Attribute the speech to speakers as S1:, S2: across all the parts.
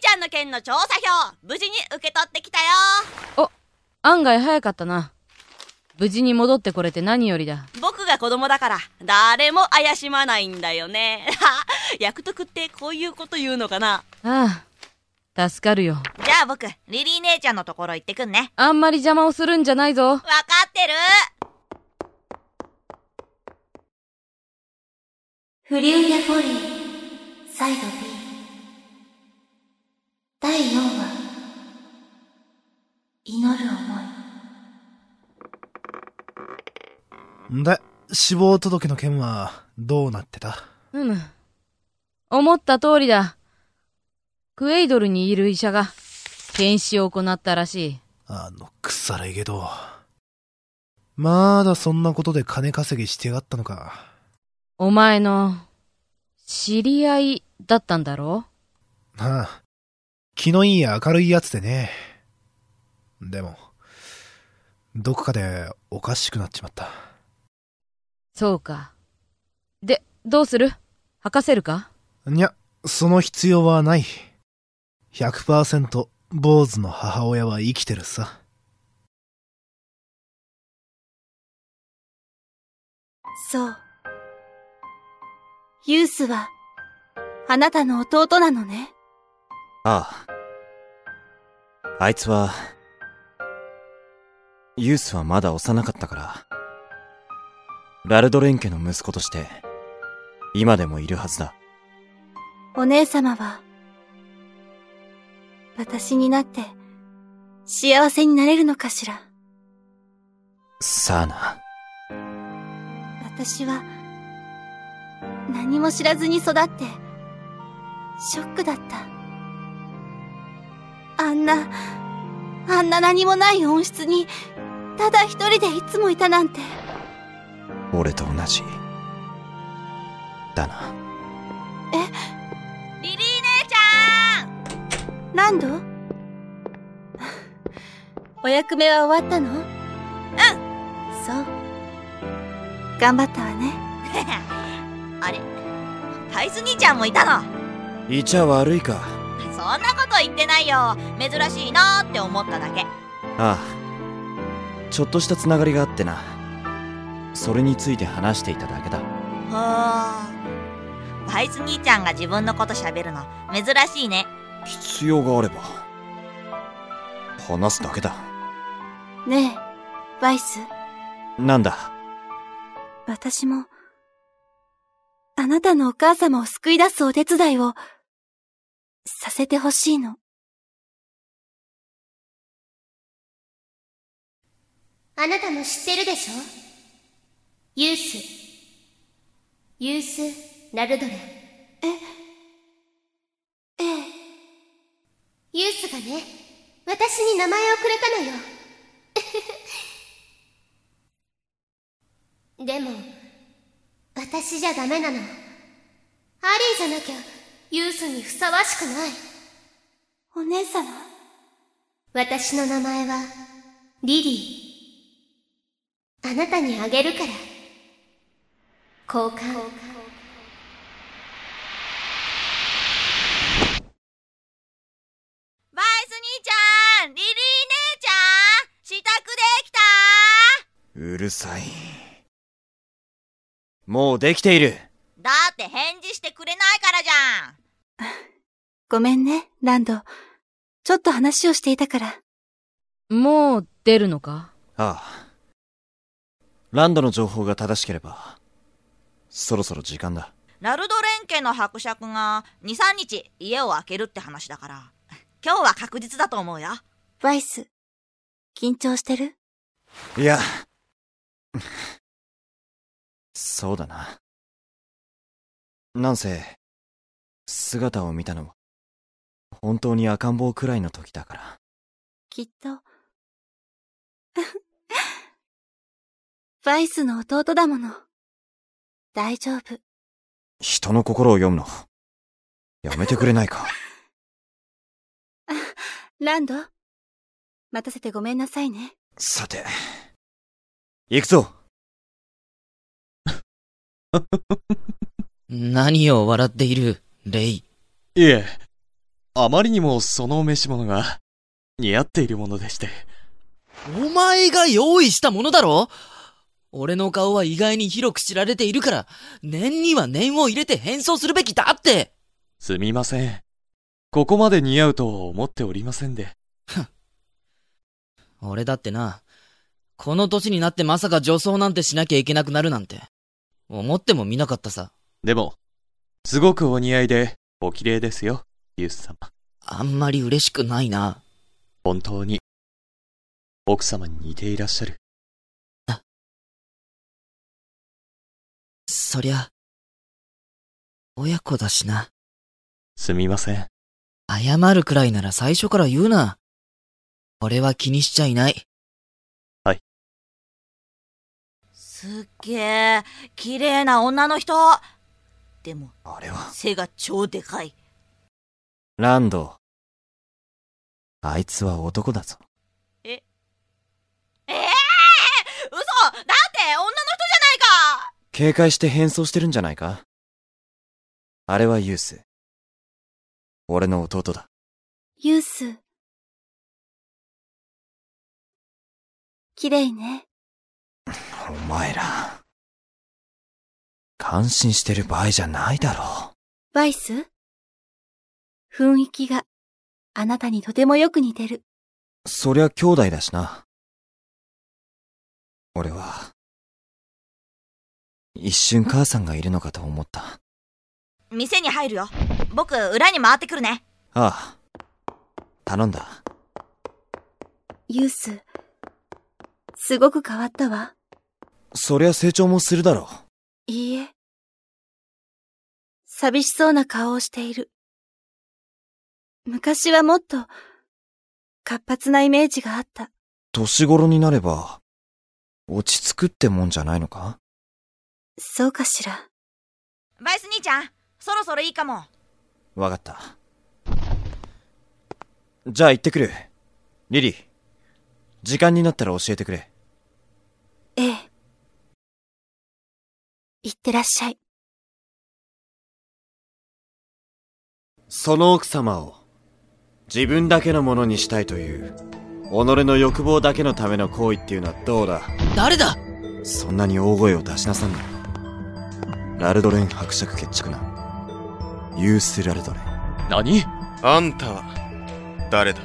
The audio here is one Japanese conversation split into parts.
S1: ちゃんの件の調査票無事に受け取ってきたよ
S2: 案外早かったな。無事に戻ってこれて何よりだ。
S1: 僕が子供だから誰も怪しまないんだよね 役得ってこういうこと言うのかな
S2: ああ、助かるよ。
S1: じゃあ僕リリー姉ちゃんのところ行ってくんね
S2: あんまり邪魔をするんじゃないぞ。
S1: わかってる
S3: フリューヤフォリー、サイド B。第4話、祈る思い。
S4: んで、死亡届の件は、どうなってた
S2: うむ。思った通りだ。クエイドルにいる医者が、検視を行ったらしい。
S4: あの、腐れげど。まだそんなことで金稼ぎしてやがったのか。
S2: お前の、知り合いだったんだろ
S4: なあ。気のいい明るいやつでね。でも、どこかでおかしくなっちまった。
S2: そうか。で、どうする吐かせるか
S4: にゃ、その必要はない。100%、坊主の母親は生きてるさ。
S3: そう。ユースは、あなたの弟なのね。
S5: ああ。あいつは、ユースはまだ幼かったから、ラルドレン家の息子として、今でもいるはずだ。
S3: お姉様は、私になって、幸せになれるのかしら。
S5: さあな。
S3: 私は、何も知らずに育って、ショックだった。あんな、あんな何もない温室に、ただ一人でいつもいたなんて。
S5: 俺と同じ。だな。
S1: リリー姉ちゃん
S3: 何度 お役目は終わったのうんそう。頑張ったわね。
S1: あれタイス兄ちゃんもいたの
S5: いちゃ悪いか。
S1: そんなこと言ってないよ珍しいなーって思っただけ
S5: ああ。ちょっとしたつながりがあってな。それについて話していただけだ。
S1: はあバイス兄ちゃんが自分のこと喋るの珍しいね
S5: 必要があれば、話すだけだ。
S3: ねえ、バイス、
S5: なんだ。
S3: 私も、あなたのお母様を救い出すお手伝いを、させてほしいの。
S6: あなたも知ってるでしょユース。ユース・ラルドレン。
S3: ええ、
S6: ユースがね、私に名前をくれたのよ。 でも、私じゃダメなの。アリーじゃなきゃ、ユースにふさわしくない。
S3: お姉様。
S6: 私の名前は、リリー。あなたにあげるから。交換。
S1: バイス兄ちゃんリリー姉ちゃん支度できた
S5: うるさい。もうできている。
S1: だって返事してくれないからじゃん
S3: ごめんね、ランド。ちょっと話をしていたから。
S2: もう出るのか
S5: ああ。ランドの情報が正しければ、そろそろ時間だ。
S1: ラルド連携の伯爵が23日家を空けるって話だから今日は確実だと思うよ
S3: バイス、緊張してる
S5: いや。そうだな。なんせ、姿を見たのは、本当に赤ん坊くらいの時だから。
S3: きっと。 バイスの弟だもの。大丈夫。
S5: 人の心を読むの、やめてくれないか。
S3: ランド待たせてごめんなさいね。
S5: さて、行くぞ
S7: 何を笑っている、レイ。
S8: いえ、
S7: あまりにもその召し物が似合っているものでして。
S8: お前が用意したものだろ俺の顔は意外に広く知られているから、念には念を入れて変装するべきだって
S7: すみません。ここまで似合うとは思っておりませんで。
S8: 俺だってな、この年になってまさか女装なんてしなきゃいけなくなるなんて、思っても見なかったさ。
S7: でも、すごくお似合いで、お綺麗ですよ、ユース様。
S8: あんまり嬉しくないな。
S7: 本当に。奥様に似ていらっしゃる。
S8: そりゃ、親子だしな。
S7: すみません。
S8: 謝るくらいなら最初から言うな。俺は気にしちゃいない。
S1: すっげえ、綺麗な女の人。でも、
S5: あれは。
S1: 背が超でかい。
S5: ランド。あいつは男だぞ。
S1: ええ嘘だって女の人じゃないか
S5: 警戒して変装してるんじゃないかあれはユース。俺の弟だ。
S3: ユース。綺麗ね。
S5: お前ら。感心してる場合じゃないだろ
S3: バイス雰囲気があなたにとてもよく似てる。
S5: う。そりゃ兄弟だしな。俺は、一瞬母さんがいるのかと思った。あ
S1: 店に入るよ。僕、裏に回ってくるね。
S5: あ。頼んだ。
S3: ユース。すごく変わったわ。
S5: そりゃ成長もするだろ
S3: いいえ。寂しそうな顔をしている。昔はもっと活発なイメージがあった。
S5: 年頃になれば、落ち着くってもんじゃないのか
S3: そうかしら。
S1: バイス兄ちゃん、そろそろいいかも。
S5: わかった。じゃあ行ってくる。リリー、時間になったら教えてくれ。
S3: ええ。いってらっしゃい。
S5: その奥様を、自分だけのものにしたいという、己の欲望だけのための行為っていうのはどうだ
S8: 誰だ
S5: そんなに大声を出しなさんな。ラルドレン伯爵決着な。ユース・ラルドレン。
S7: 何
S9: あんたは、誰だ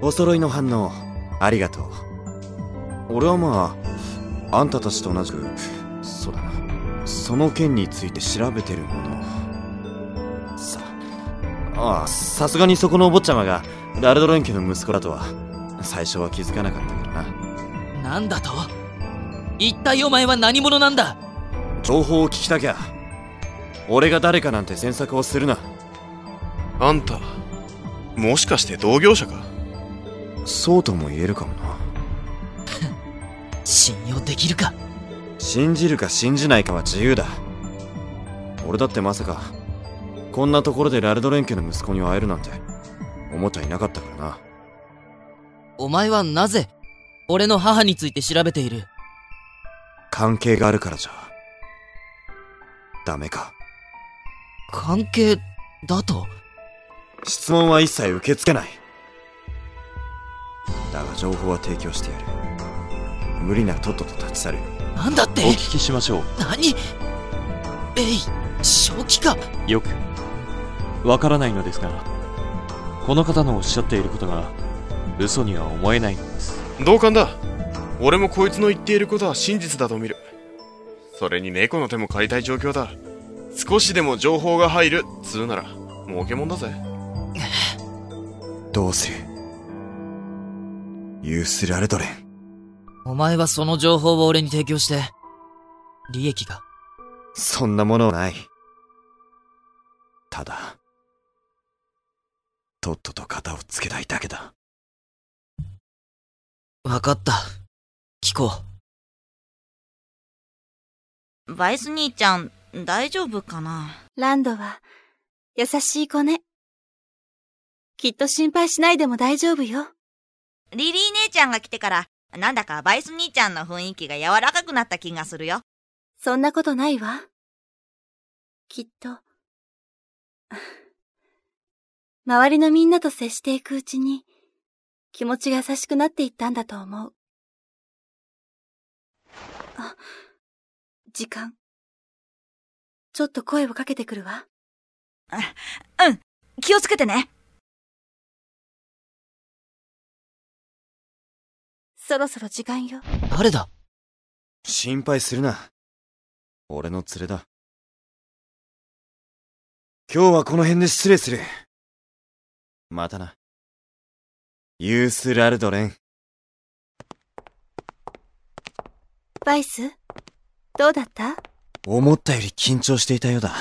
S5: お揃いの反応、ありがとう。俺はまあ、あんたたちと同じく、そうだな。その件について調べてるもの。さ、ああ、さすがにそこのお坊ちゃまが、ラルドレン家の息子だとは、最初は気づかなかったけどな。
S8: なんだと一体お前は何者なんだ
S5: 情報を聞きたきゃ俺が誰かなんて詮索をするな
S9: あんた、もしかして同業者か
S5: そうとも言えるかもな
S8: 信用できるか
S5: 信じるか信じないかは自由だ俺だってまさかこんなところでラルドレン家の息子に会えるなんて思っちゃいなかったからな
S8: お前はなぜ、俺の母について調べている
S5: 関係があるからじゃダメか
S8: 関係、だと
S5: 質問は一切受け付けないだが情報は提供してやる無理ならとっとと立ち去る
S8: なんだっ
S7: お
S8: て
S7: 聞きしましょう。
S8: 何ベイ、正気か
S7: よくわからないのですがこの方のおっしゃっていることが嘘には思えないのです
S9: 同感だ。俺もこいつの言っていることは真実だと見る。それに猫の手も借りたい状況だ。少しでも情報が入る、つうなら、儲けもんだぜ。
S5: どうするユース・ラルドレン
S8: お前はその情報を俺に提供して、利益が。
S5: そんなものはない。ただ、とっとと型をつけたいだけだ。
S8: わかった。聞こう。
S1: バイス兄ちゃん、大丈夫かな
S3: ランドは優しい子ね。きっと心配しないでも大丈夫よ。
S1: リリー姉ちゃんが来てから、なんだかバイス兄ちゃんの雰囲気が柔らかくなった気がするよ。
S3: そんなことないわ。きっと。 周りのみんなと接していくうちに、気持ちが優しくなっていったんだと思う。あ、時間。ちょっと声をかけてくるわ。
S1: うん。気をつけてね。
S3: そろそろ時間よ。
S8: 誰だ
S5: 心配するな。俺の連れだ。今日はこの辺で失礼する。またな。ユース・ラルドレン。
S3: バイスどうだった
S5: 思ったより緊張していたようだ。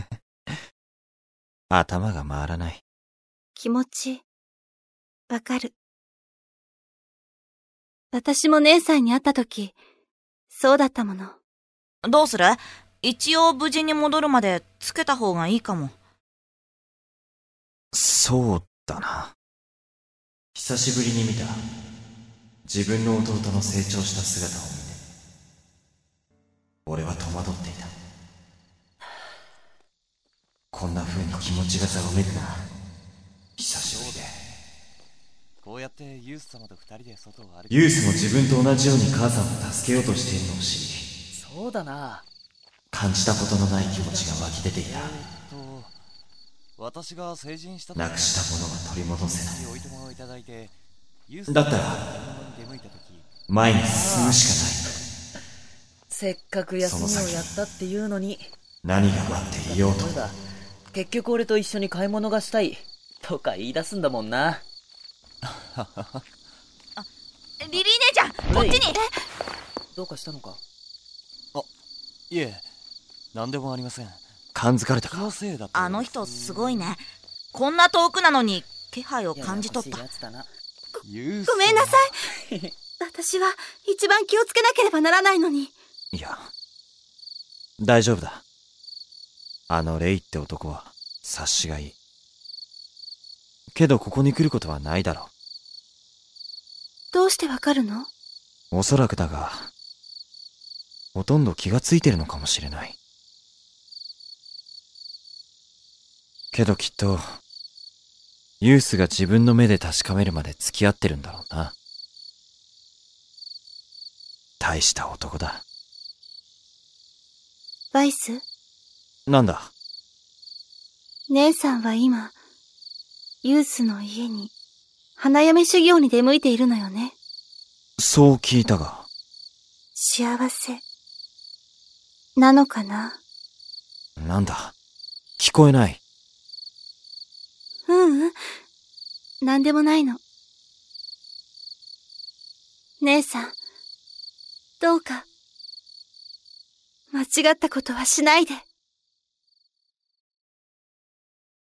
S5: 頭が回らない。
S3: 気持ち、わかる。私も姉さんに会った時、そうだったもの。
S1: どうする一応無事に戻るまでつけた方がいいかも。
S5: そうだな。
S10: 久しぶりに見た自分の弟の成長した姿を見て俺は戸惑っていたこんな風に気持ちがざわめくな久しぶりで
S7: こうやってユース様と二人で外を歩き
S10: ユースも自分と同じように母さんを助けようとしているのを知り
S8: そうだな。
S10: 感じたことのない気持ちが湧き出ていた
S7: と私が成人した時
S10: なくしたものが取り戻せない
S7: おいともをいただいてユース
S10: だったら
S7: 様に出向いた時
S10: 前に進むしかない
S11: せっかく休みをやったっていうのに
S10: 何が待っていようと
S11: そうだ結局俺と一緒に買い物がしたいとか言い出すんだもんな
S1: リリー姉ちゃん、こっちに
S11: どうかしたのか
S7: いえ何でもありません
S5: 感づかれた
S7: 気
S5: か。
S7: のせいだと
S1: あの人すごいね。こんな遠くなのに気配を感じ取っ
S11: や
S1: た
S11: やこ。しいやつだな
S7: ユース
S3: ごめんなさ
S7: い
S3: 私は一番気をつけなければならないのに。
S5: いや、大丈夫だ。あのレイって男は察しがいい。けどここに来ることはないだろ
S3: どうしてわかるの
S5: う。おそらくだが、ほとんど気がついてるのかもしれない。けどきっと、ユースが自分の目で確かめるまで付き合ってるんだろうな。大した男だ。
S3: バイス
S5: なんだ
S3: 姉さんは今、ユースの家に、花嫁修行に出向いているのよね。
S5: そう聞いたが。
S3: 幸せ。なのかな
S5: なんだ聞こえない。
S3: ううん。なんでもないの。姉さん、どうか、間違ったことはしないで。